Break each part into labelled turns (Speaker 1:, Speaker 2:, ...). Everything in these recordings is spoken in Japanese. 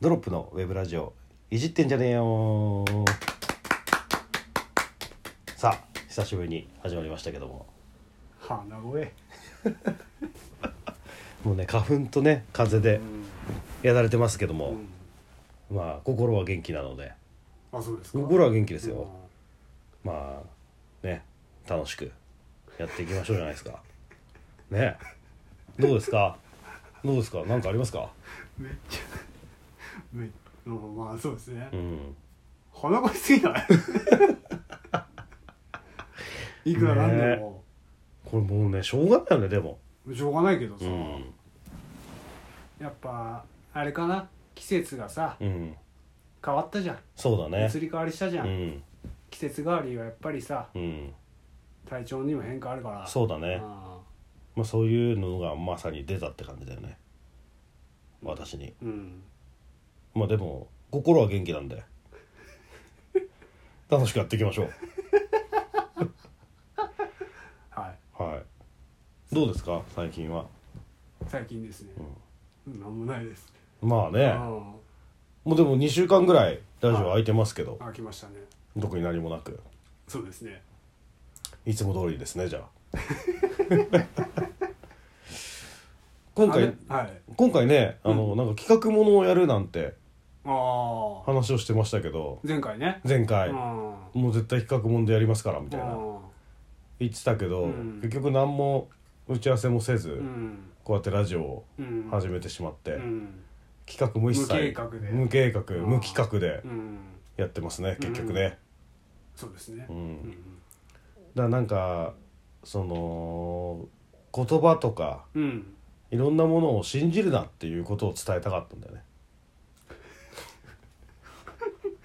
Speaker 1: ドロップのウェブラジオいじってんじゃねえよさあ久しぶりに始まりましたけども
Speaker 2: 鼻声
Speaker 1: もうね花粉とね風
Speaker 2: う
Speaker 1: で
Speaker 2: ん
Speaker 1: やられてますけど
Speaker 2: う
Speaker 1: も、
Speaker 2: ん
Speaker 1: まあ心は元気なので
Speaker 2: あそうですか
Speaker 1: 心は元気ですよ
Speaker 2: うん
Speaker 1: まあね楽しくやっていきましょうじゃないですかねどうですかどうですか何かありますか
Speaker 2: めっちゃめっうんまあそうですね
Speaker 1: うん
Speaker 2: 鼻声すぎないいくらなんでも
Speaker 1: これもうねしょうがないよねでも
Speaker 2: しょうがないけど
Speaker 1: う
Speaker 2: さ
Speaker 1: ん
Speaker 2: やっぱあれかな季節がさ
Speaker 1: うん
Speaker 2: 変わったじゃん
Speaker 1: そうだね
Speaker 2: 移り変わりしたじゃ
Speaker 1: うんん
Speaker 2: 季節変わりはやっぱりさ
Speaker 1: うん
Speaker 2: 体調にも変化あるから
Speaker 1: そうだね
Speaker 2: あ
Speaker 1: まあそういうのがまさに出たって感じだよね私に
Speaker 2: ーうん
Speaker 1: まあでも心は元気なんで 楽しくやっていきましょ
Speaker 2: は
Speaker 1: うはいどうですか最近はい
Speaker 2: 最近ですねうんなんもないです
Speaker 1: まあね
Speaker 2: うん
Speaker 1: もうでも2週間ぐらいラジオ空いてますけど
Speaker 2: あ来ましたね
Speaker 1: 特に何もなく
Speaker 2: そうですね
Speaker 1: いつも通りですねじゃあ 今
Speaker 2: あ
Speaker 1: 回
Speaker 2: れはい
Speaker 1: 今回ねあの、なんか企画ものをやるなんて
Speaker 2: ああ
Speaker 1: 話をしてましたけど
Speaker 2: 前回ね
Speaker 1: 前回、
Speaker 2: うん
Speaker 1: もう絶対企画もんでやりますからみたいな
Speaker 2: うん
Speaker 1: 言ってたけど、
Speaker 2: うん
Speaker 1: 結局何も打ち合わせもせず、
Speaker 2: うん
Speaker 1: こうやってラジオを
Speaker 2: うん
Speaker 1: 始めてしまって、
Speaker 2: うん
Speaker 1: 企画も一切
Speaker 2: 無計画で
Speaker 1: 無計画
Speaker 2: ん
Speaker 1: 無企画で
Speaker 2: うん
Speaker 1: やってますね結局ね、
Speaker 2: そうですね
Speaker 1: うん
Speaker 2: う
Speaker 1: だか
Speaker 2: ん
Speaker 1: らなんかその言葉とか
Speaker 2: うん
Speaker 1: いろんなものを信じるなっていうことを伝えたかったんだよね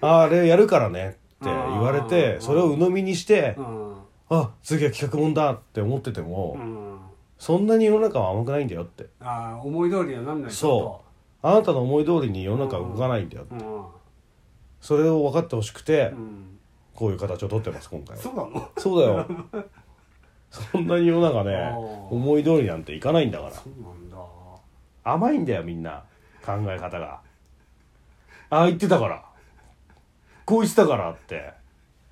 Speaker 1: あれやるからねって言われて
Speaker 2: あー
Speaker 1: それを鵜呑みにして
Speaker 2: うん
Speaker 1: あ次は企画もんだって思ってて
Speaker 2: う
Speaker 1: も、
Speaker 2: ん
Speaker 1: そんなに世の中は甘くないんだよって
Speaker 2: ああ思い通りにはなんない
Speaker 1: そあなたの思い通りに世の中は動かないんだよ、
Speaker 2: ううん
Speaker 1: それを分かってほしくて、
Speaker 2: うん
Speaker 1: こういう形をとってます今回は
Speaker 2: そうなの
Speaker 1: そうだよそんなに世の中ね
Speaker 2: あー
Speaker 1: 思い通りなんていかないんだから
Speaker 2: そうなんだ
Speaker 1: 甘いんだよみんな考え方がああ言ってたからこう言ってたからって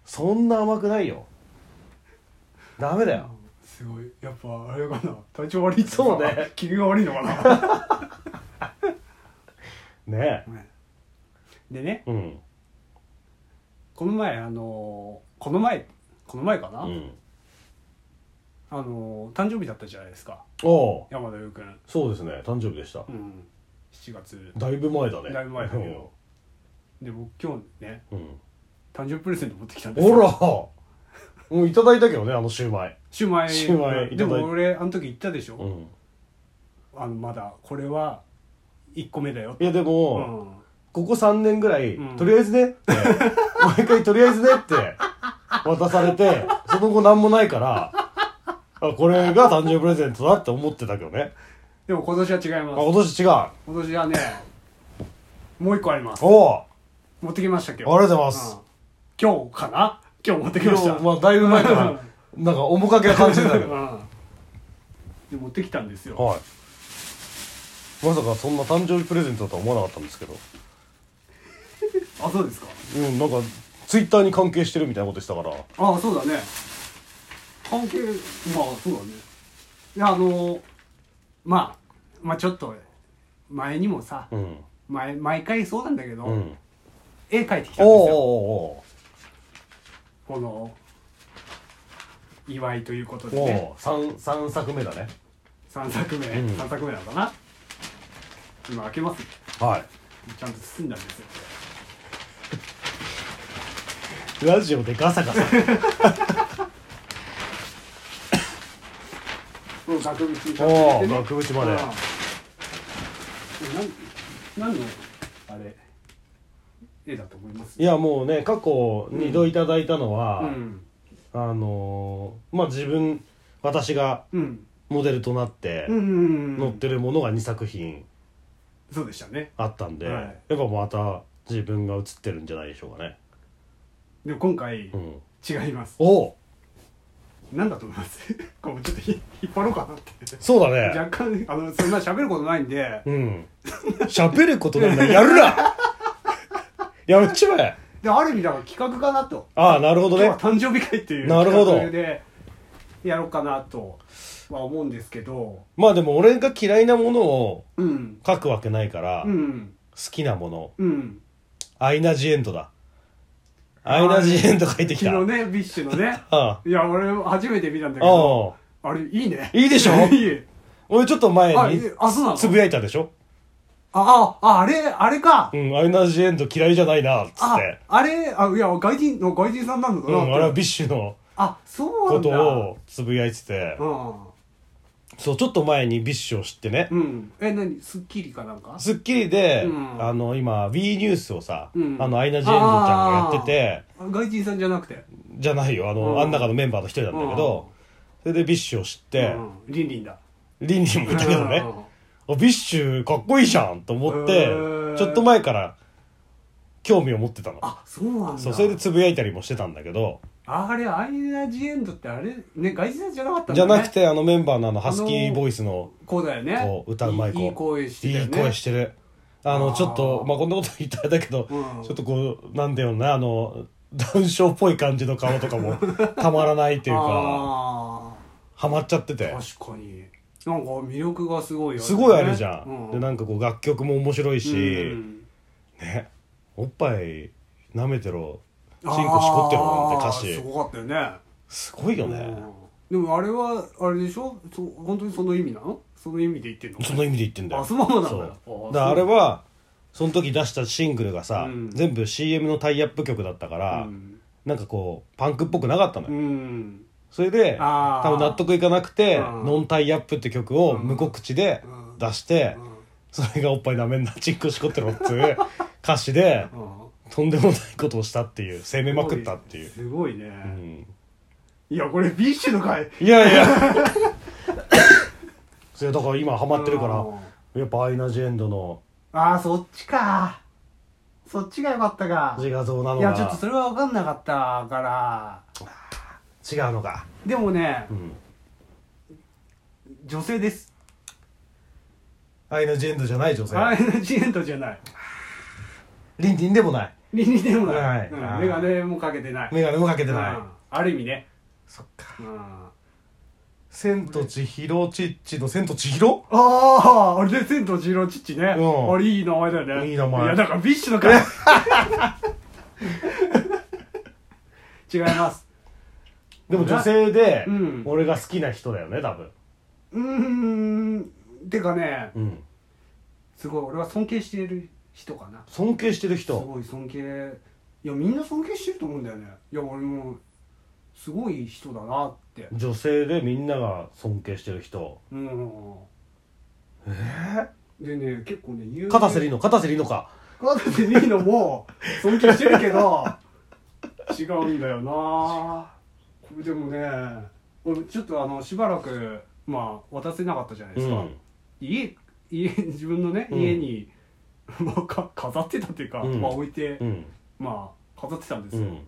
Speaker 1: そんな甘くないよダメだよ
Speaker 2: すごいやっぱあれかな体調悪いってさ
Speaker 1: そうね
Speaker 2: 気が悪いのかな
Speaker 1: ね
Speaker 2: ね でね
Speaker 1: えうん
Speaker 2: この前あのーこの前この前かな、
Speaker 1: うん
Speaker 2: あのー誕生日だったじゃないですか
Speaker 1: おお
Speaker 2: 山田優君
Speaker 1: そうですね誕生日でした、
Speaker 2: うん7月
Speaker 1: だいぶ前だね
Speaker 2: だいぶ前だけどで僕今日ね
Speaker 1: うん
Speaker 2: 誕生日プレゼント持ってきたんです
Speaker 1: ほらもういただいたけどねあのシューマイ
Speaker 2: シューマイ
Speaker 1: シューマイいただいて
Speaker 2: でも俺あの時言ったでしょ、
Speaker 1: うん
Speaker 2: あのまだこれは1個目だよ
Speaker 1: いやで
Speaker 2: う
Speaker 1: も、
Speaker 2: ん
Speaker 1: ここ3年ぐらい、
Speaker 2: うん
Speaker 1: とりあえずねって毎回とりあえずねって渡されてその後何もないからあこれが誕生日プレゼントだって思ってたけどね
Speaker 2: でも今年は違い
Speaker 1: あ
Speaker 2: ま
Speaker 1: 今
Speaker 2: す
Speaker 1: 年違う
Speaker 2: 今年はねもう1個あります
Speaker 1: おお
Speaker 2: 持ってきましたけ
Speaker 1: り
Speaker 2: ど
Speaker 1: がとうございます、
Speaker 2: 今日かな今日持ってき
Speaker 1: 今
Speaker 2: ました
Speaker 1: 日、まあ、だいぶ前からなんか面影が感じてたけど
Speaker 2: うんで持ってきたんですよ
Speaker 1: はいまさかそんな誕生日プレゼントだとは思わなかったんですけど
Speaker 2: あそうですか
Speaker 1: うんなんかツイッターに関係してるみたいなことしたから
Speaker 2: あそうだね関係まあそうだねいやあのまあまあちょっと前にもさ、
Speaker 1: うん
Speaker 2: 毎毎回そうなんだけど、
Speaker 1: うん
Speaker 2: 絵描いてきたん
Speaker 1: お
Speaker 2: ですよ
Speaker 1: お
Speaker 2: この祝いということ
Speaker 1: ーおーおー
Speaker 2: で
Speaker 1: お
Speaker 2: ね
Speaker 1: お三三作目だね
Speaker 2: 3作目、
Speaker 1: うん
Speaker 2: 三作目なのかな今開けます
Speaker 1: はい
Speaker 2: ちゃんと包んだんですよ
Speaker 1: ラジオでガサガサ
Speaker 2: これ額縁にちゃんと入
Speaker 1: お お
Speaker 2: れてね
Speaker 1: 額縁まで
Speaker 2: うんなん何のあれ絵だと思います
Speaker 1: いやもうね過去2度いただいたのは、
Speaker 2: うん
Speaker 1: あのーまあ自分私が
Speaker 2: うん
Speaker 1: モデルとなって
Speaker 2: うんうんうんう
Speaker 1: 載っ
Speaker 2: ん
Speaker 1: てるものが2作品
Speaker 2: そうでしたね
Speaker 1: あったんで、
Speaker 2: はい
Speaker 1: やっぱまた自分が写ってるんじゃないでしょうかね、
Speaker 2: でも今回
Speaker 1: うん、
Speaker 2: 違います、
Speaker 1: おお
Speaker 2: なんだと思います これちょっとひ引っ張ろうかなって
Speaker 1: そうだね
Speaker 2: 若干あのそんな喋ることないんで
Speaker 1: うん喋ることなんだやるな やめちまえ
Speaker 2: である意味だから企画かなと
Speaker 1: ああなるほど
Speaker 2: 今日
Speaker 1: ね
Speaker 2: は誕生日会っていう
Speaker 1: なるほど
Speaker 2: 企画でやろうかなとは思うんですけど
Speaker 1: まあでも俺が嫌いなものを
Speaker 2: うん
Speaker 1: 書くわけないから、
Speaker 2: う
Speaker 1: 好
Speaker 2: ん
Speaker 1: きなもの
Speaker 2: うん
Speaker 1: アイナ・ジ・エンドだ
Speaker 2: あ
Speaker 1: アイナ・ジ・エンド書いてき
Speaker 2: 昨
Speaker 1: た
Speaker 2: 日ねビッシュの ね
Speaker 1: あ
Speaker 2: いや俺初めて見たんだ
Speaker 1: あ
Speaker 2: けど
Speaker 1: ああ
Speaker 2: あれいいね
Speaker 1: いいでしょ
Speaker 2: いい
Speaker 1: 俺ちょっと前
Speaker 2: あい
Speaker 1: に
Speaker 2: いあそうなの
Speaker 1: つぶやいたでしょ
Speaker 2: ああああれあれか
Speaker 1: うんアイナ・ジ・エンド嫌いじゃないなっつっ
Speaker 2: あ
Speaker 1: て
Speaker 2: あれあいや外人の外人さんなんだ
Speaker 1: うん
Speaker 2: ろ
Speaker 1: あれ
Speaker 2: な
Speaker 1: は
Speaker 2: って
Speaker 1: ビッシュの
Speaker 2: あそうな
Speaker 1: こ
Speaker 2: ん
Speaker 1: と
Speaker 2: だ
Speaker 1: をつぶやいててそうちょっと前にビッシュを知ってね
Speaker 2: うんうんえ何スッキリかなんか
Speaker 1: 『スッキリ』で、
Speaker 2: うん
Speaker 1: あの今 B ニュースをさ、
Speaker 2: うん
Speaker 1: あのアイナ・ジ・エンドちゃんがやってて
Speaker 2: 外人さんじゃなくて
Speaker 1: じゃないよあの、
Speaker 2: うん
Speaker 1: あん中のメンバーの一人なんだけど、それでビッシュを知って、
Speaker 2: うんリンリンだ
Speaker 1: リンリンもいたけどね、
Speaker 2: うん
Speaker 1: あビッシュかっこいいじゃんと思って、
Speaker 2: へー
Speaker 1: ちょっと前から興味を持ってたの
Speaker 2: あそうなんだ
Speaker 1: そうそれでつぶやいたりもしてたんだけど
Speaker 2: あれアイナ・ジ・エンドってあれね外人さんじゃなかったん
Speaker 1: じ
Speaker 2: だ
Speaker 1: ゃ
Speaker 2: ね
Speaker 1: なくてあのメンバーのあのハスキーボイスの
Speaker 2: こうだよね
Speaker 1: こう歌うまい子
Speaker 2: いい声して
Speaker 1: い
Speaker 2: たよ
Speaker 1: い
Speaker 2: ね
Speaker 1: 声してるあの
Speaker 2: あー
Speaker 1: ちょっとまあこんなこと言ったらあれだけど、
Speaker 2: うん
Speaker 1: ちょっとこうなんだよなあのダウン症っぽい感じの顔とか もたまらないっていうか
Speaker 2: あ
Speaker 1: ハマっちゃってて
Speaker 2: ー確かになんか魅力がすごいよね
Speaker 1: すごいあるじゃん、
Speaker 2: う
Speaker 1: でなんかこう楽曲も面白いし、
Speaker 2: うん
Speaker 1: ねおっぱい舐めてろチンコしこってろなんて
Speaker 2: あー
Speaker 1: 歌
Speaker 2: す
Speaker 1: 詞
Speaker 2: ごかったよね
Speaker 1: すごいよね、
Speaker 2: うんでもあれはあれでしょそ本当にその意味なのその意味で言ってんの
Speaker 1: その意味で言ってんだよ
Speaker 2: あそのままなんだ
Speaker 1: そうだ
Speaker 2: あ
Speaker 1: からあれ
Speaker 2: そう
Speaker 1: はその時出したシングルがさ、
Speaker 2: うん
Speaker 1: 全部 CM のタイアップ曲だったから、
Speaker 2: うん
Speaker 1: なんかこうパンクっぽくなかったの
Speaker 2: う
Speaker 1: よ、
Speaker 2: ん
Speaker 1: それで
Speaker 2: あー
Speaker 1: 多分納得いかなくて
Speaker 2: う
Speaker 1: 「
Speaker 2: ん
Speaker 1: ノンタイアップ」って曲を無告知で
Speaker 2: うん
Speaker 1: 出して、それが「おっぱいなめんなチンコしこってろ」っつう歌詞で
Speaker 2: うん
Speaker 1: とんでもないことをしたっていう攻めまくったっていう、
Speaker 2: すごいね、
Speaker 1: うん、
Speaker 2: いやこれビッシュの回
Speaker 1: いやいや それだから今ハマってるから
Speaker 2: うん
Speaker 1: やっぱアイナ・ジ・エンドの
Speaker 2: ああそっちかそっちがよかったか
Speaker 1: 自画像ないの
Speaker 2: やちょっと
Speaker 1: が
Speaker 2: それは分かんなかったから
Speaker 1: 違うのか、
Speaker 2: でもね
Speaker 1: うん、
Speaker 2: 女性です
Speaker 1: アイナ・ジ・エンドじゃない女性、
Speaker 2: アイナ・ジ・エンドじゃない
Speaker 1: リンリンでもない
Speaker 2: リンリンでもな、
Speaker 1: はいい
Speaker 2: うん
Speaker 1: あー
Speaker 2: メガネもかけてない
Speaker 1: 眼鏡もかけてない、
Speaker 2: うんある意味ね
Speaker 1: そっか
Speaker 2: あ
Speaker 1: 「千と千尋チッチの千と千尋」
Speaker 2: あーあれで千と千尋チッチね、
Speaker 1: うん
Speaker 2: あれいい名前だよね
Speaker 1: いい名前
Speaker 2: いやだからビッシュの回違います
Speaker 1: でも女性で
Speaker 2: うん
Speaker 1: 俺が好きな人だよね多分
Speaker 2: うーんてかね
Speaker 1: うん
Speaker 2: すごい俺は尊敬している人かな
Speaker 1: 尊敬してる
Speaker 2: す
Speaker 1: 人
Speaker 2: ごい尊敬いやみんな尊敬してると思うんだよねいや俺もすごい人だなって
Speaker 1: 女性でみんなが尊敬してる人
Speaker 2: うんえでね結構ね有名
Speaker 1: 片瀬里乃片瀬里乃か
Speaker 2: 片瀬リーノも尊敬してるけど違うんだよなこれでもね俺ちょっとあのしばらくまあ渡せなかったじゃないで
Speaker 1: う
Speaker 2: すか、
Speaker 1: ん
Speaker 2: 家家自分のね、
Speaker 1: うん
Speaker 2: 家に、まあ、か飾ってたっていうか、
Speaker 1: うん
Speaker 2: まあ置いて、
Speaker 1: うん
Speaker 2: まあ飾ってたんです
Speaker 1: う
Speaker 2: よ、
Speaker 1: ん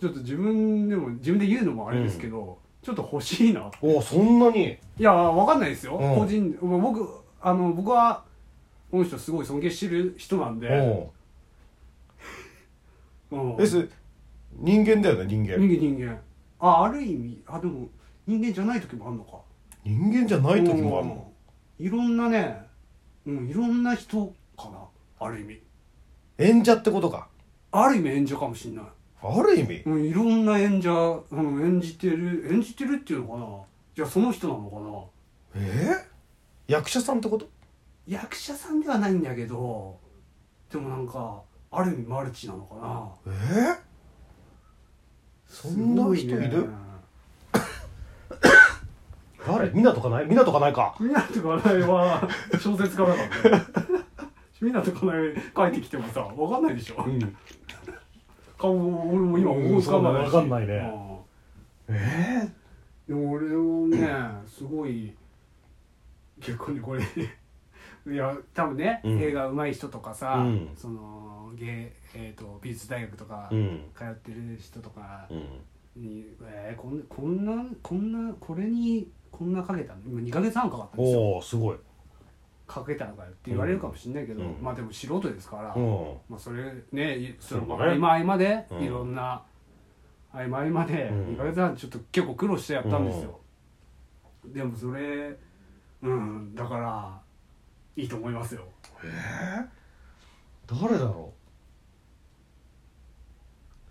Speaker 2: ちょっと自分でも自分で言うのもあれですけど、ちょっと欲しいな
Speaker 1: おそんなに
Speaker 2: いやわかんないですよ、
Speaker 1: うん
Speaker 2: 個人まあ僕あの僕はこの人すごい尊敬してる人なんで、
Speaker 1: お
Speaker 2: うん
Speaker 1: うえす人間だよね人間
Speaker 2: 人間人間あある意味あでも人間じゃない時もあるのか
Speaker 1: 人間じゃない時もあるの
Speaker 2: うんいろんなねうんいろんな人かなある意味
Speaker 1: 演者ってことか
Speaker 2: ある意味演者かもしんない、
Speaker 1: ある意味
Speaker 2: うん、いろんな演者、うん、演じてる演じてるっていうのかなじゃあその人なの
Speaker 1: えー役者さんってこと
Speaker 2: かな役者さんではないんだけどでもなんかある意味マルチなのかな
Speaker 1: えーそんな人い
Speaker 2: すご
Speaker 1: る
Speaker 2: ね
Speaker 1: 誰湊かない湊かないか
Speaker 2: 湊かなえは小説家だからね 湊かなえ書いてきてもさ分かんないでしょ
Speaker 1: うん
Speaker 2: 顔も俺も今思い浮かばないし
Speaker 1: うんそうだねわかんないねえ
Speaker 2: うんでも俺をねすごい結構ねこれいや多分ね、
Speaker 1: うん
Speaker 2: 映画上手い人とかさ、
Speaker 1: うん
Speaker 2: その芸、えー、と美術大学とか
Speaker 1: ーうん
Speaker 2: 通ってる人とか
Speaker 1: うん
Speaker 2: に、えーこんこんなこんなこれにこんなかけたの今2ヶ月半かかったんですよ
Speaker 1: おおすごい
Speaker 2: かけたのかよって言われるかもしれないけど、
Speaker 1: うん
Speaker 2: まあでも素人ですから、
Speaker 1: うん
Speaker 2: まあ、それねいその
Speaker 1: そうだね
Speaker 2: 合間合間で、
Speaker 1: うん
Speaker 2: いろんな合間合間で
Speaker 1: うん
Speaker 2: 2ヶ月半ちょっと結構苦労してやったんですよ、でもそれうんだからいいと思いますよ
Speaker 1: 誰だろう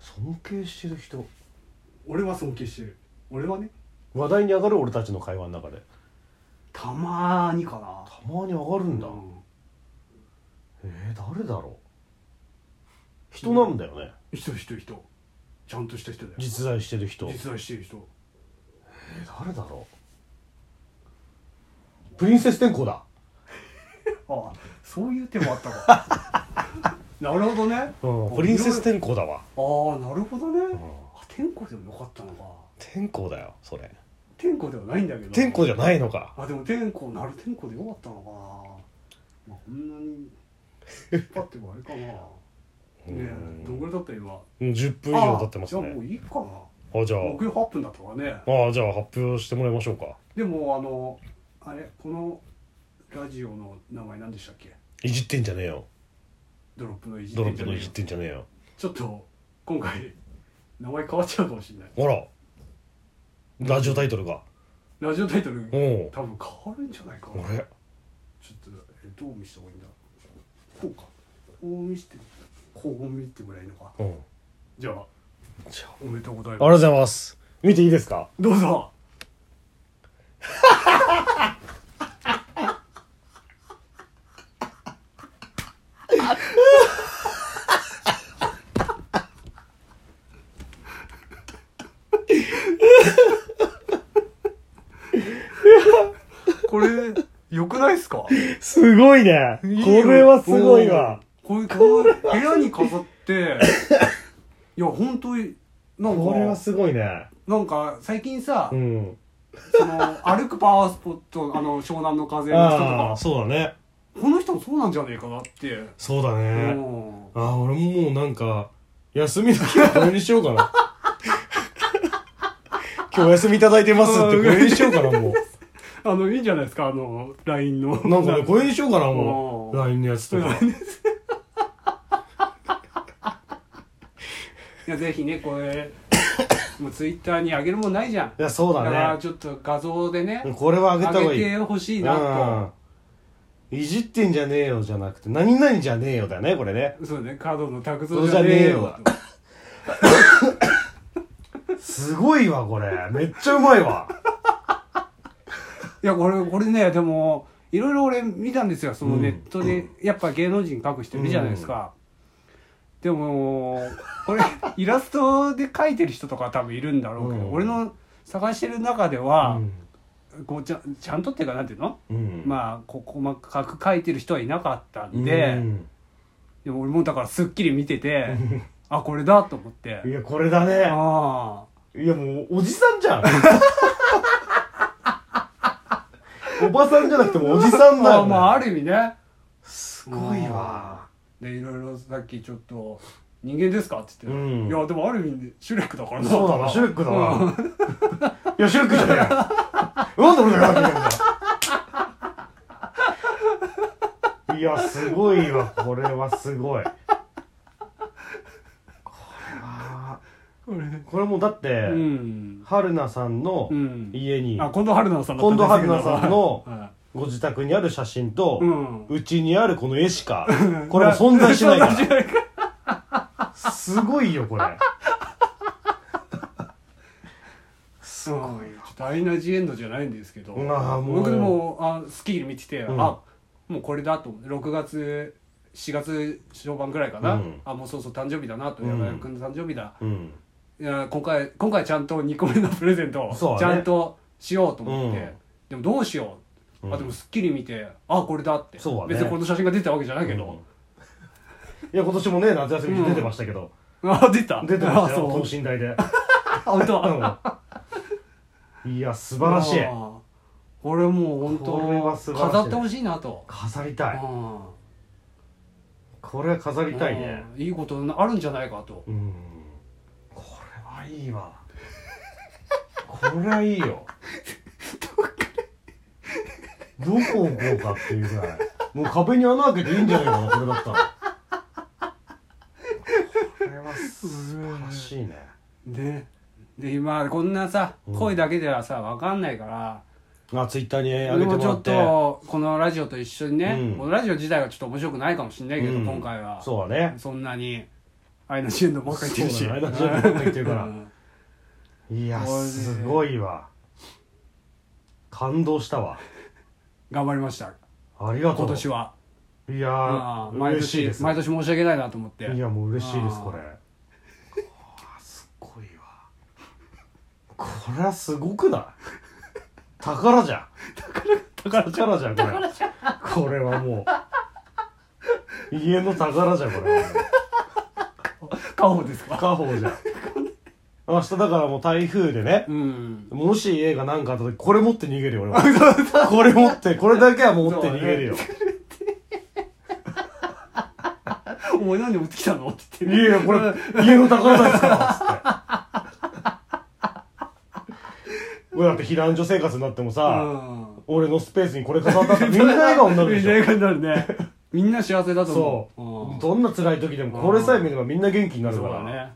Speaker 1: 尊敬してる人
Speaker 2: 俺は尊敬してる俺はね
Speaker 1: 話題に上がる俺たちの会話の中で
Speaker 2: たまーにかな
Speaker 1: たまに上がるんだ、
Speaker 2: うん
Speaker 1: えー、誰だろう人なんだよね、
Speaker 2: 人人人ちゃんとした人だよ
Speaker 1: 実在してる人
Speaker 2: 実在してる人
Speaker 1: えー誰だろうプリンセス天功だ
Speaker 2: ああそういう手もあったか なるほどねあ
Speaker 1: うんプリンセス天功だわ、
Speaker 2: あなるほどね、
Speaker 1: うん
Speaker 2: あ、天候でもよかったのか
Speaker 1: 天功だよそれ
Speaker 2: 天候ではないんだけど
Speaker 1: 天功じゃないのか
Speaker 2: あでも天候なる天候でよかったのかな、まあ、こんなに引っ張ってもあれかなね
Speaker 1: うん
Speaker 2: えどんぐらいだった今
Speaker 1: うん10分以上経ってます
Speaker 2: ああじゃあも
Speaker 1: ね
Speaker 2: ういいかな
Speaker 1: あじゃあ
Speaker 2: 目標8分だったからね
Speaker 1: あじゃあ発表してもらいましょうか
Speaker 2: でもあのあれこのラジオの名前何でしたっけ
Speaker 1: いじってんじゃねえよ
Speaker 2: ドロップのいじ
Speaker 1: ドロ
Speaker 2: って
Speaker 1: ップ
Speaker 2: んじゃ
Speaker 1: の
Speaker 2: ね
Speaker 1: い
Speaker 2: えよ
Speaker 1: じってんじゃねえよ
Speaker 2: ちょっと今回名前変わっちゃうかもしれない
Speaker 1: あらラジオタイトルが
Speaker 2: ラジオタイトル
Speaker 1: おお
Speaker 2: 多分変わるんじゃないか
Speaker 1: あ
Speaker 2: な
Speaker 1: れ
Speaker 2: ちょっとえどう見せた方がいいんだこうかこう見せてこう見てもらえるのか
Speaker 1: うん
Speaker 2: じゃあ
Speaker 1: じゃあ
Speaker 2: おめでとうござ
Speaker 1: あ
Speaker 2: い
Speaker 1: りがとう
Speaker 2: ます
Speaker 1: ございます見ていいですか
Speaker 2: どうぞこれ良くないですか
Speaker 1: すごいね
Speaker 2: いいよ
Speaker 1: これはすごいわ
Speaker 2: うんこういうこう部屋に飾っていや本当になん
Speaker 1: これは
Speaker 2: か
Speaker 1: すごいね
Speaker 2: なんか最近さ、
Speaker 1: うん
Speaker 2: その歩くパワースポットあの湘南の風の人と
Speaker 1: ああ
Speaker 2: か
Speaker 1: そうだね
Speaker 2: この人もそうなんじゃねえかなって、
Speaker 1: そうだ
Speaker 2: う
Speaker 1: ね
Speaker 2: ん
Speaker 1: ああ俺ももうなんか休みの日はこれにしようか な今日お休みいただいてますってこれにしようかなもう
Speaker 2: あのいいんじゃないですかあの LINE の
Speaker 1: なんかね、これにしようかな、もう。
Speaker 2: うん
Speaker 1: LINE のやつとか。
Speaker 2: いやぜひねこれもうツイッターにあげるもんないじゃん
Speaker 1: いや、そう
Speaker 2: だから
Speaker 1: だ
Speaker 2: ちょっと画像でね
Speaker 1: ね。これは上げた方が
Speaker 2: 上
Speaker 1: いい。
Speaker 2: げてほしいなと
Speaker 1: うんいじってんじゃねえよじゃなくて、何々じゃねえよだね、これね。
Speaker 2: そうねカードの卓
Speaker 1: そ
Speaker 2: 造
Speaker 1: う
Speaker 2: じ
Speaker 1: じ
Speaker 2: ゃ
Speaker 1: ゃ
Speaker 2: ね
Speaker 1: ね
Speaker 2: え
Speaker 1: え
Speaker 2: よ
Speaker 1: よすごいわ、これ。めっちゃうまいわ。
Speaker 2: いやこれこれねでもいろいろ俺見たんですよその
Speaker 1: うん
Speaker 2: ネットで、やっぱ芸能人描く人いるじゃないですか、でもこれ イラストで描いてる人とか多分いるんだろうけど、
Speaker 1: うん
Speaker 2: 俺の探してる中では、こうちゃんちゃんとっていうかなんていうの、
Speaker 1: うん。あ、
Speaker 2: まあこう細かく描いてる人はいなかったんで、
Speaker 1: うん
Speaker 2: でも俺もだからすっきり見て てあこれだと思って
Speaker 1: いや、これだね。
Speaker 2: ああ
Speaker 1: いや、もう、おじさんじゃん。 おばさんじゃなくてもおじさんだ
Speaker 2: まあ
Speaker 1: よ、
Speaker 2: まああ
Speaker 1: れ。
Speaker 2: る意味ね
Speaker 1: すごいわ。
Speaker 2: でいろいろさっきちょっと「人間ですか?」って言って、
Speaker 1: うん
Speaker 2: いやでもある意味でシュレックだからな
Speaker 1: そう だな、シュレックだ
Speaker 2: うん
Speaker 1: な。いや、シュレックじゃねえよ。なんで俺が書いてんだよ。いや、すごいわ。これはすごい。これは、
Speaker 2: これ
Speaker 1: これもうだって、
Speaker 2: うん、
Speaker 1: 春菜さんの
Speaker 2: うん、
Speaker 1: 家に、
Speaker 2: あ近藤春菜さんだった
Speaker 1: 近藤春菜さんの
Speaker 2: は
Speaker 1: ご自宅にある写真と
Speaker 2: い、うん
Speaker 1: うち、にあるこの絵しか、これは存在しない
Speaker 2: 存在
Speaker 1: か。
Speaker 2: しないから
Speaker 1: すごいよ、これ。す
Speaker 2: らうんちょっとアイナ・ジ・エンドじゃないんですけど
Speaker 1: まあもう
Speaker 2: 僕でもあスキー見てて、
Speaker 1: うん
Speaker 2: あもうこれだと思って6月4月初版ぐらいかな、
Speaker 1: うん
Speaker 2: あもうそうそう誕生日だなと
Speaker 1: うん
Speaker 2: 山田君の誕生日だ、
Speaker 1: うん。
Speaker 2: いや今回今回ちゃんと2個目のプレゼント
Speaker 1: そうだ
Speaker 2: を
Speaker 1: ね
Speaker 2: ちゃんとしようと思って、
Speaker 1: うん
Speaker 2: でもどうしよう、
Speaker 1: うん
Speaker 2: あでも『スッキリ』見てあこれだって
Speaker 1: そうだね
Speaker 2: 別にこの写真が出てたわけじゃないけど、
Speaker 1: いや今年もね夏休みに出てましたけど、
Speaker 2: あ出た
Speaker 1: 出てました
Speaker 2: あそ
Speaker 1: よ
Speaker 2: う
Speaker 1: 等身大で、
Speaker 2: あ本当
Speaker 1: うんいや素晴らしい
Speaker 2: あこれもう本当
Speaker 1: これは素晴らしい
Speaker 2: 飾ってほしいなと、
Speaker 1: 飾りたい
Speaker 2: あ
Speaker 1: これは飾りたいね
Speaker 2: いいことあるんじゃないかと
Speaker 1: うんこれはいいわこれはいいよどこ置こうかっていうぐらいもう壁に穴開けていいんじゃないかなこれだったらこれは素晴らしいね
Speaker 2: ねで今こんなさ
Speaker 1: うん
Speaker 2: 声だけではさ分かんないから、
Speaker 1: あツイッターに上
Speaker 2: 俺
Speaker 1: げて
Speaker 2: も
Speaker 1: も
Speaker 2: ち
Speaker 1: ら
Speaker 2: ょ
Speaker 1: っ
Speaker 2: ってとこのラジオと一緒にね、
Speaker 1: うん
Speaker 2: このラジオ自体はちょっと面白くないかもしれないけど、
Speaker 1: うん
Speaker 2: 今回は
Speaker 1: そうだね
Speaker 2: そんなにアイナ・ジ・エンドばっかり言ってるし
Speaker 1: そうだねアイナジ・エンドばっかり言ってるから
Speaker 2: うん
Speaker 1: いや
Speaker 2: これね
Speaker 1: すごいわ感動したわ
Speaker 2: 頑張りました
Speaker 1: ありがとう
Speaker 2: 今年はい
Speaker 1: やー
Speaker 2: ああ毎
Speaker 1: 嬉しい
Speaker 2: 年
Speaker 1: です
Speaker 2: 毎年申し訳ないなと思って
Speaker 1: いやもう嬉しいです
Speaker 2: あー
Speaker 1: これあすっごいわこれはすごくない宝じゃん宝宝じゃんこれこれはもう家の宝じゃんこれはもう
Speaker 2: 家宝ですか
Speaker 1: 家宝じゃん明日だからもう台風でね
Speaker 2: うん
Speaker 1: もし家が何かあった時これ持って逃げるよ 俺はこれ持ってこれだけは持って逃げるよ
Speaker 2: お前何で持ってきたのって
Speaker 1: い
Speaker 2: 言って
Speaker 1: やいやこれ家の宝なんですからつって俺だって避難所生活になってもさ、
Speaker 2: うん
Speaker 1: 俺のスペースにこれ飾ったってみんな笑顔になるでし
Speaker 2: みん
Speaker 1: ょ
Speaker 2: な笑顔になるねみんな幸せだと
Speaker 1: そ
Speaker 2: 思う
Speaker 1: う、
Speaker 2: ん
Speaker 1: どんな辛い時でもこれさえ見ればみんな元気になる
Speaker 2: そ
Speaker 1: か
Speaker 2: う
Speaker 1: ら、
Speaker 2: だね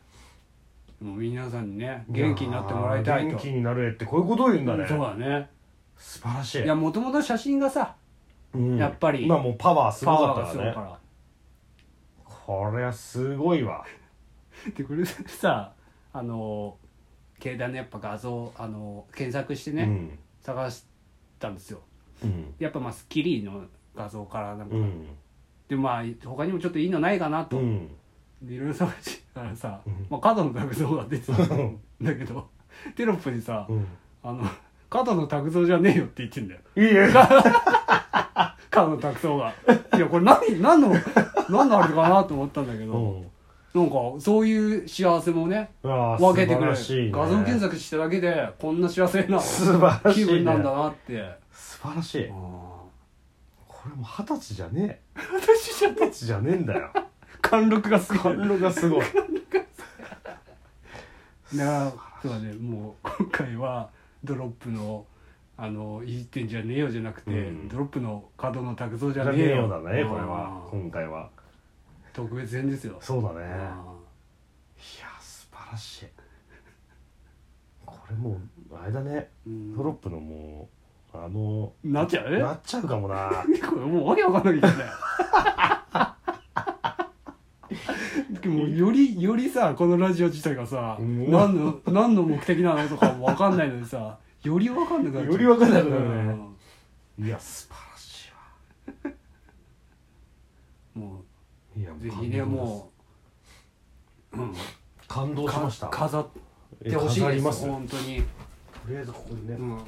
Speaker 2: もう皆さんにね元気になってもらいたいと
Speaker 1: やー元気になれってこういうことを言うんだね、
Speaker 2: そうだね
Speaker 1: 素晴らしい
Speaker 2: いやもともと写真がさ
Speaker 1: うん
Speaker 2: やっぱり
Speaker 1: 今もうパワーす
Speaker 2: パ
Speaker 1: ご
Speaker 2: ワー
Speaker 1: か
Speaker 2: が
Speaker 1: っ
Speaker 2: す
Speaker 1: た
Speaker 2: ご
Speaker 1: か
Speaker 2: い
Speaker 1: らね
Speaker 2: か
Speaker 1: これはすごいわ
Speaker 2: らでこれさあの携帯のやっぱ画像あの検索してね、
Speaker 1: うん
Speaker 2: 探したんですよ
Speaker 1: うん
Speaker 2: やっぱまあスッキリの画像からなんか、
Speaker 1: うん
Speaker 2: でまあ他にもちょっといいのないかな
Speaker 1: う
Speaker 2: と、
Speaker 1: ん
Speaker 2: でいろいろ探してたらさ、
Speaker 1: うん
Speaker 2: まあ、角の卓造が出てたんだけどテロップにさ、
Speaker 1: うん
Speaker 2: あの角の卓造じゃねえよって言ってんだ よ
Speaker 1: いいや
Speaker 2: 角の卓造がいやこれ何何の何のあれかなと思ったんだけ
Speaker 1: う
Speaker 2: ど、
Speaker 1: ん
Speaker 2: なんかそういう幸せもね分
Speaker 1: 分
Speaker 2: けてくれる、画像検
Speaker 1: 索
Speaker 2: 索しただけでこんな幸せな
Speaker 1: 素晴らし
Speaker 2: 気
Speaker 1: い、ね、
Speaker 2: 分なんだなって、
Speaker 1: 素晴らしいこれも二十歳じゃねえ
Speaker 2: 私じゃ
Speaker 1: 二十歳じゃねえんだよ
Speaker 2: 貫禄がすごい
Speaker 1: 感動がすごい
Speaker 2: なそうだねもう今回はドロップのあのいじってんじゃねえよじゃなくて、
Speaker 1: うん
Speaker 2: ドロップの角の卓造じ
Speaker 1: じ
Speaker 2: ゃ
Speaker 1: ゃ
Speaker 2: ね
Speaker 1: ね
Speaker 2: え
Speaker 1: え
Speaker 2: よ
Speaker 1: ようだねこれは
Speaker 2: うん
Speaker 1: 今回は
Speaker 2: 特別編ですよ
Speaker 1: そうだねいや
Speaker 2: あ
Speaker 1: 素晴らしいこれもうあれだね
Speaker 2: ーうん
Speaker 1: ドロップのもうあの
Speaker 2: なっちゃうね
Speaker 1: なっちゃうかもな
Speaker 2: これもうわけわかんなきゃい けないでもよりよりさこのラジオ自体がさ
Speaker 1: うん
Speaker 2: 何の何の目的なのとかもわかんないのにさよりわかんなくなっちゃう
Speaker 1: よりわかんなくなるね
Speaker 2: うん
Speaker 1: いや素晴らしいわ
Speaker 2: も
Speaker 1: いや
Speaker 2: うぜひね
Speaker 1: 感動です
Speaker 2: もう、うん、
Speaker 1: 感動しました
Speaker 2: か飾っ
Speaker 1: え
Speaker 2: てほしい
Speaker 1: 飾
Speaker 2: で
Speaker 1: り
Speaker 2: す
Speaker 1: ますと
Speaker 2: 本当に、
Speaker 1: りあえずここにね、
Speaker 2: うん、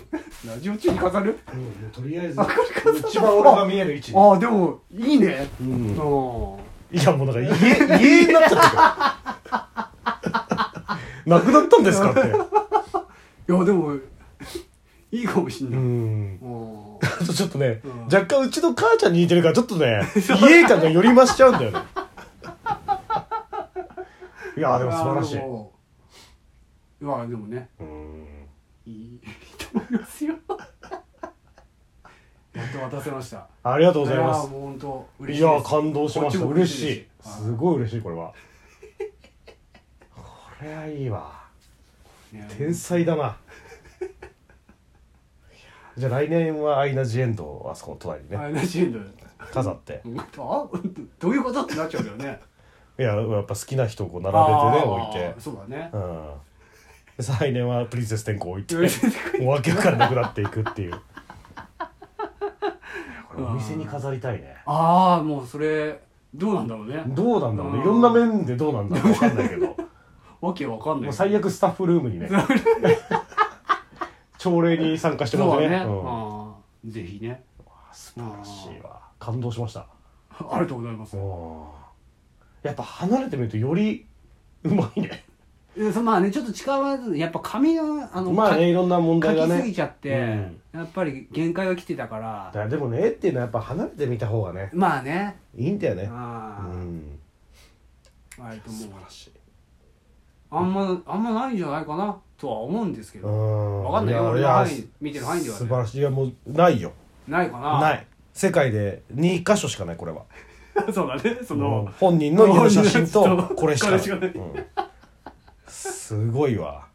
Speaker 2: ラジオ中に飾る
Speaker 1: うんもうとりあえず一番俺が見える位置に
Speaker 2: ああでもいいね
Speaker 1: うん
Speaker 2: うん
Speaker 1: いやもうだから家家になっちゃったからなくなったんですかって
Speaker 2: いやでもいいかもしん
Speaker 1: う
Speaker 2: ない、
Speaker 1: ん
Speaker 2: うん
Speaker 1: あとちょっとね、
Speaker 2: うん
Speaker 1: 若干うちの母ちゃんに似てるからちょっとね家感がより増しちゃうんだよねいやでも素晴らしい
Speaker 2: あーでもまあでもね
Speaker 1: うん
Speaker 2: いいと思いますよやっと渡せました
Speaker 1: ありがとうございま
Speaker 2: や
Speaker 1: す
Speaker 2: もう本当嬉し
Speaker 1: い
Speaker 2: いです
Speaker 1: や感動しまし
Speaker 2: こ
Speaker 1: た
Speaker 2: っちも
Speaker 1: 嬉
Speaker 2: 嬉しい
Speaker 1: しい
Speaker 2: です
Speaker 1: すごい嬉しいこれはこれはいいわ
Speaker 2: ね
Speaker 1: 天才だないやじゃあ来年はアイナ・ジ・エンドをあそこの隣にね、
Speaker 2: あれらしいんだよ
Speaker 1: 飾って
Speaker 2: 本当あどういうことってなっちゃうけどね
Speaker 1: いややっぱ好きな人をこう並べてね置い
Speaker 2: あ
Speaker 1: て
Speaker 2: ーそうだね
Speaker 1: うんで再来年はプリンセス天候 置いて
Speaker 2: プリンセス
Speaker 1: もう訳わかんなくなっていくっていういやこれお店に飾りたいね
Speaker 2: ああもうそれどうなんだろうね
Speaker 1: どうなんだろう
Speaker 2: う
Speaker 1: ね
Speaker 2: ん
Speaker 1: いろんな面でどうなんだろうわかんない けども
Speaker 2: わけわかんないう
Speaker 1: 最悪スタッフルームに ね朝礼に参加しても
Speaker 2: そう
Speaker 1: ら
Speaker 2: だ
Speaker 1: ってね
Speaker 2: ね
Speaker 1: うん
Speaker 2: あーぜひね
Speaker 1: 素晴らしいわ感動しました
Speaker 2: ありがとうございます
Speaker 1: やっぱ離れてみるとよりうまいね
Speaker 2: えそうまあねちょっと近場だとやっぱ紙のあの
Speaker 1: まあ
Speaker 2: か
Speaker 1: ねいろんな問題が
Speaker 2: 書きすぎ
Speaker 1: ね
Speaker 2: ちゃって、
Speaker 1: うん
Speaker 2: やっぱり限界が来てたから
Speaker 1: だからでもね絵っていうのはやっぱ離れてみた方がね
Speaker 2: まあね
Speaker 1: いいんだよねう
Speaker 2: あ
Speaker 1: ん
Speaker 2: あ、あれと
Speaker 1: 素
Speaker 2: 思う
Speaker 1: 晴らしい
Speaker 2: あんまあんまないんじゃないかなとは思うんですけど、
Speaker 1: ん
Speaker 2: わかんないよ
Speaker 1: や
Speaker 2: 俺の
Speaker 1: や
Speaker 2: 範囲見てる範囲ではね
Speaker 1: 素晴らしいいやもうないよ
Speaker 2: ないかな
Speaker 1: ないい世界で2箇所しかないこれは
Speaker 2: そうだねそ
Speaker 1: うん
Speaker 2: の、
Speaker 1: 本人の家の写真
Speaker 2: 本人の
Speaker 1: と
Speaker 2: やつと
Speaker 1: これしか
Speaker 2: これしかない
Speaker 1: うんすごいわ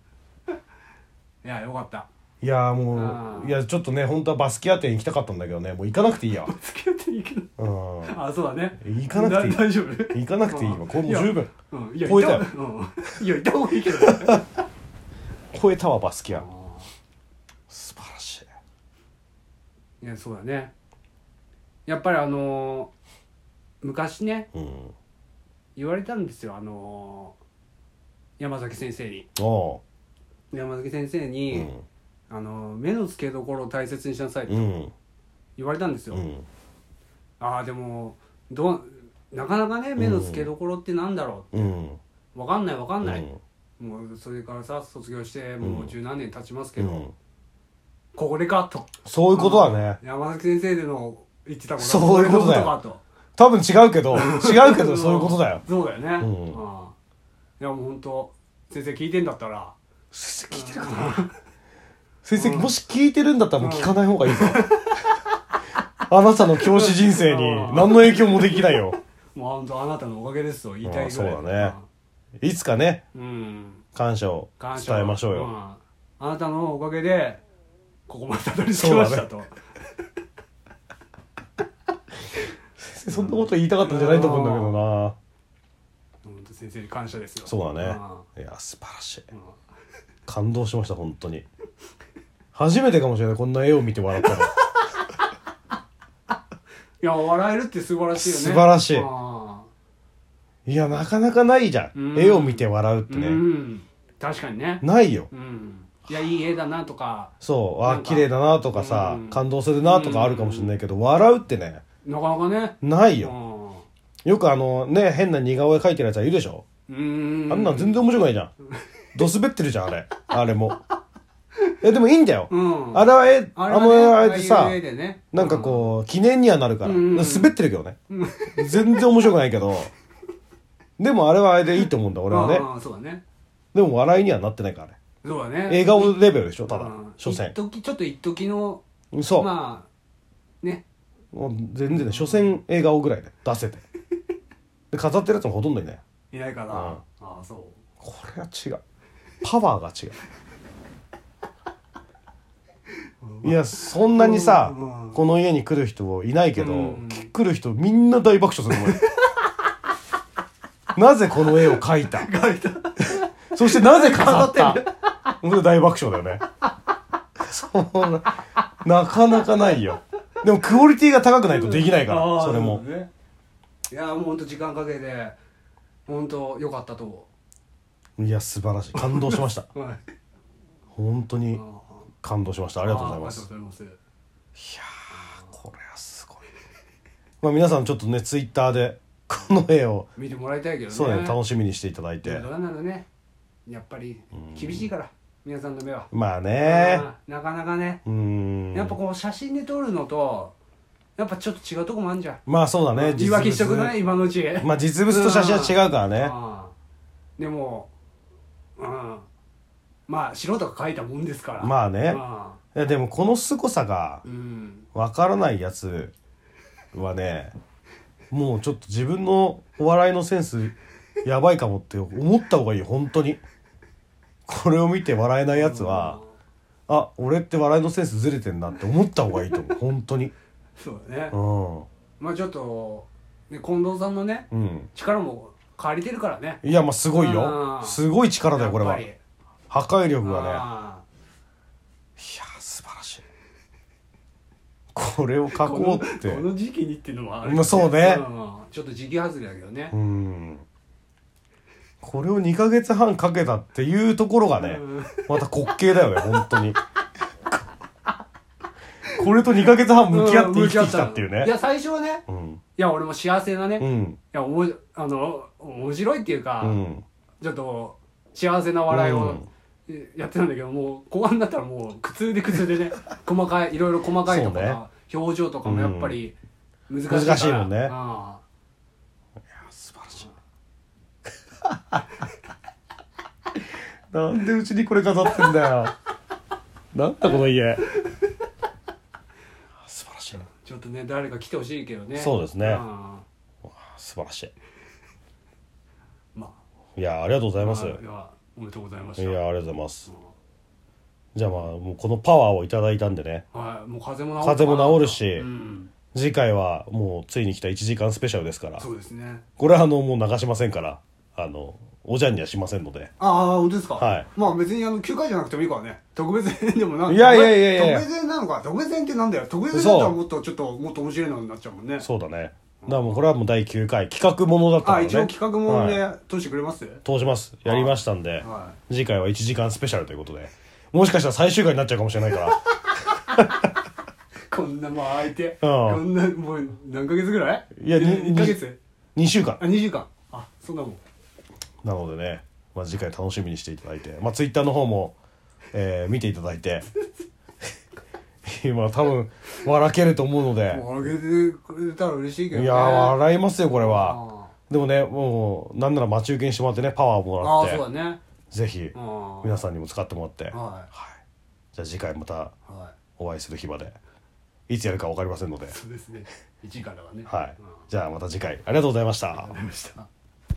Speaker 2: いやよかった
Speaker 1: いやーも
Speaker 2: あ
Speaker 1: う
Speaker 2: ー
Speaker 1: いやちょっとね本当はバスキア店行きたかったんだけどねもう行かなくていいや、
Speaker 2: 付き合っていいけど
Speaker 1: うん、
Speaker 2: あそうだね
Speaker 1: 行かなくていい
Speaker 2: だ大丈夫
Speaker 1: 行かなくていいわこれもう十分
Speaker 2: うんいや
Speaker 1: 超えたよ
Speaker 2: いたうんいやいた方がいいけどね
Speaker 1: 超えたわバスキア
Speaker 2: あ
Speaker 1: 素晴らしい
Speaker 2: ーいやそうだねやっぱりあのー昔ね
Speaker 1: うん
Speaker 2: 言われたんですよあのー山崎先生に
Speaker 1: お
Speaker 2: 山崎先生
Speaker 1: うう
Speaker 2: に、
Speaker 1: ん
Speaker 2: あのー目の付けどころを大切にしなさいと
Speaker 1: うん
Speaker 2: 言われたんですよ、
Speaker 1: うん
Speaker 2: ああでもどうなかなかね目の付けどころってなんだろ
Speaker 1: うん
Speaker 2: うわかんないわか
Speaker 1: うんん
Speaker 2: ない、もうそれからさ卒業してもう十何年経ちますけ
Speaker 1: う
Speaker 2: ど、
Speaker 1: ん
Speaker 2: これかと
Speaker 1: そういうことだね
Speaker 2: 山崎先生の言ってたこと
Speaker 1: そういうことだよ
Speaker 2: こういうことか
Speaker 1: 多分違うけど違うけどそういうことだよ
Speaker 2: とそうだよね、
Speaker 1: う
Speaker 2: うんん、いやもう本当先生聞いてんだったら
Speaker 1: 先生聞いてるかな先生もし聞いてるんだったらもう聞かない方がいいぞ あなたの教師人生に何の影響もできないよ
Speaker 2: もう本当あなたのおかげですと言いたいぐらい
Speaker 1: うんそうだねいつかね
Speaker 2: うん
Speaker 1: 感謝を
Speaker 2: 感謝
Speaker 1: 伝えましょうよ
Speaker 2: んあなたのおかげでここまでたどり着きましたと、
Speaker 1: 先生そんなこと言いたかったんじゃないと思うんだけどな
Speaker 2: 本当先生に感謝ですよ
Speaker 1: そうだね
Speaker 2: ん
Speaker 1: いや素晴らしい
Speaker 2: うん
Speaker 1: 感動しました本当に初めてかもしれないこんな絵を見て笑ったの
Speaker 2: いや笑えるって素晴らしいよね
Speaker 1: 素晴らしい
Speaker 2: あ
Speaker 1: いやなかなかないじゃ
Speaker 2: うん
Speaker 1: ん絵を見て笑うっ
Speaker 2: ー
Speaker 1: て
Speaker 2: う
Speaker 1: ね
Speaker 2: ん確かにね
Speaker 1: ないよ
Speaker 2: うんいやいい絵だなとか
Speaker 1: そうあ
Speaker 2: なんか
Speaker 1: 綺麗だなとかさ
Speaker 2: うん
Speaker 1: 感動するなとかあるかもしれないけど笑うってね
Speaker 2: なかなかね
Speaker 1: ないよ
Speaker 2: よ
Speaker 1: よくあのね変な似顔絵描いてるやつはいるでしょ
Speaker 2: うん
Speaker 1: あんなん全然面白くないじゃんドスベってるじゃんあれあれもえでもいいんだよ
Speaker 2: うん
Speaker 1: あれはえ
Speaker 2: あ
Speaker 1: あ
Speaker 2: れは
Speaker 1: の
Speaker 2: ね
Speaker 1: 絵あれでさ
Speaker 2: あいう絵でね
Speaker 1: なんかこう記念にはなるから
Speaker 2: うんうんうん
Speaker 1: 滑ってるけどね全然面白くないけどでもあれはあれでいいと思うんだ
Speaker 2: うん
Speaker 1: 俺はね
Speaker 2: あーそうだね
Speaker 1: でも笑いにはなってないからあ
Speaker 2: そうだね
Speaker 1: れ笑顔レベルでしょただ
Speaker 2: うん
Speaker 1: 所詮
Speaker 2: 一時ちょっと一時の
Speaker 1: そう、
Speaker 2: まあね
Speaker 1: もう全然ね所詮笑顔ぐらいで出せてで飾ってるやつもほとんどいない
Speaker 2: いないか
Speaker 1: うん
Speaker 2: なああそ
Speaker 1: これは違うパワーが違ういやそんなにさ、
Speaker 2: うん
Speaker 1: この家に来る人いないけど、
Speaker 2: うん
Speaker 1: き来る人みんな大爆笑するもんよなぜこの絵を描いた
Speaker 2: う描いた
Speaker 1: そしてなぜ飾った
Speaker 2: 飾って
Speaker 1: 本当に大爆笑だよねそんななかなかないよでもクオリティが高くないとできないから
Speaker 2: あー
Speaker 1: それも
Speaker 2: うだねいやもうほんと時間かけてほんとよかったと思
Speaker 1: いや素晴らしい感動しました
Speaker 2: うはいあ
Speaker 1: 本当に
Speaker 2: ー
Speaker 1: 感動しましたあ
Speaker 2: あ
Speaker 1: りがとうございます
Speaker 2: りがとうございます
Speaker 1: いやーこれはすごいまあ皆さんちょっとねツイッターでこの絵を
Speaker 2: 見てもらいたいけどね
Speaker 1: そうね楽しみにしていただいて
Speaker 2: どうなのねやっぱり厳しいから皆さんの目は
Speaker 1: まあね
Speaker 2: うんなかなかね
Speaker 1: うーん
Speaker 2: やっぱこう写真で撮るのとやっぱちょっと違うとこもあるじゃん
Speaker 1: まあそうだね
Speaker 2: 言い訳しとくない
Speaker 1: い
Speaker 2: 今のうち
Speaker 1: まあ実物と写真は違うからね
Speaker 2: ああでもうんまあ素人が書いたもんですから
Speaker 1: まあね
Speaker 2: ああ
Speaker 1: いやでもこの凄さが
Speaker 2: うん
Speaker 1: わからないやつはねもうちょっと自分のお笑いのセンスやばいかもって思った方がいい本当にこれを見て笑えないやつはあ俺って笑いのセンスずれてんなって思った方がいいと思う本当に
Speaker 2: そうだね
Speaker 1: う
Speaker 2: まあちょっとね近藤さんのね
Speaker 1: んうん
Speaker 2: 力も借りてるからね
Speaker 1: いやまあすごいよ
Speaker 2: あー
Speaker 1: すごい力だよこれ
Speaker 2: やっ
Speaker 1: は
Speaker 2: ぱり
Speaker 1: 破壊力がねいや
Speaker 2: ああ
Speaker 1: ー素晴らしいこれを書こうって
Speaker 2: このこの時期にっていうのはある
Speaker 1: まあそうね
Speaker 2: んちょっと時期外れだけどね
Speaker 1: うんこれを2ヶ月半かけたっていうところがね
Speaker 2: うん
Speaker 1: また滑稽だよね本当にこれと2ヶ月半向き合って生きてきたっていう
Speaker 2: いや
Speaker 1: ね
Speaker 2: 最初はね
Speaker 1: うん
Speaker 2: いや俺も幸せなね、
Speaker 1: う
Speaker 2: い
Speaker 1: ん
Speaker 2: やおもあの面白いっていうか、
Speaker 1: うん
Speaker 2: ちょっと幸せな笑いをやってたんだけど、もう後半になったらもう苦痛で苦 痛でね細かいいろいろ細かいところ
Speaker 1: そ
Speaker 2: が、表情とかもやっぱり難しいから、
Speaker 1: 難しいもんね
Speaker 2: あ
Speaker 1: 素晴らしいなんでうちにこれ飾ってんだよなんだこの家素晴らしい
Speaker 2: とね誰か来てほしいけどね
Speaker 1: そうですね
Speaker 2: あ
Speaker 1: 素晴らし
Speaker 2: ーまあ
Speaker 1: いいやありがとうございます、
Speaker 2: あいやおめでとうございまし
Speaker 1: い
Speaker 2: た
Speaker 1: やありがとうございますじゃあまあもうこのパワーをいただいたんでね
Speaker 2: はいもう風も治る
Speaker 1: 風も治るし、
Speaker 2: うん
Speaker 1: 次回はもうついに来た1時間スペシャルですから
Speaker 2: そうですね
Speaker 1: これはあのもう流しませんからあのおじゃんにはしませんので
Speaker 2: ああ本当ですか
Speaker 1: はい
Speaker 2: まあ別にあの休会じゃなくてもいいからね特別編でもなんか
Speaker 1: いやいやいやいや
Speaker 2: 特別編なのか特別編ってなんだよ特別編だったらもっとちょっともっと面白いのになっちゃうもんね
Speaker 1: そうだねだからもうこれはもう第9回企画ものだったの
Speaker 2: あ
Speaker 1: で、ね、
Speaker 2: 一応企画も
Speaker 1: はい
Speaker 2: ね通してくれ ます
Speaker 1: 通しますやりましたんで、
Speaker 2: は
Speaker 1: 次回は1時間スペシャルということでもしかしたら最終回になっちゃうかもしれないから
Speaker 2: こんなもう相手こ
Speaker 1: うん
Speaker 2: んなもう何ヶ月ぐらい
Speaker 1: いやに
Speaker 2: 1ヶ月
Speaker 1: 2週間
Speaker 2: あ二週間あそんなもん
Speaker 1: なのでね、まあ、次回楽しみにしていただいて、まあ、ツイッターの方も、えー見ていただいて今多分笑けると思うので
Speaker 2: もうあげてくれたら嬉しいけど
Speaker 1: い
Speaker 2: ね
Speaker 1: やー笑いますよこれは
Speaker 2: あ
Speaker 1: でもねもうなんなら待ち受けにしてもらってねパワーを
Speaker 2: ー
Speaker 1: も
Speaker 2: あ
Speaker 1: ら
Speaker 2: ー
Speaker 1: っ
Speaker 2: そう
Speaker 1: て
Speaker 2: だね
Speaker 1: ぜひ
Speaker 2: うん
Speaker 1: 皆さんにも使ってもらって、はい、
Speaker 2: は
Speaker 1: じゃあ次回また
Speaker 2: いはい
Speaker 1: お会いする日までいつやるか分かりませんので、
Speaker 2: そうですね1位からはね
Speaker 1: はい
Speaker 2: うん、
Speaker 1: じゃあまた次回ありがとうございました
Speaker 2: ありがとうございました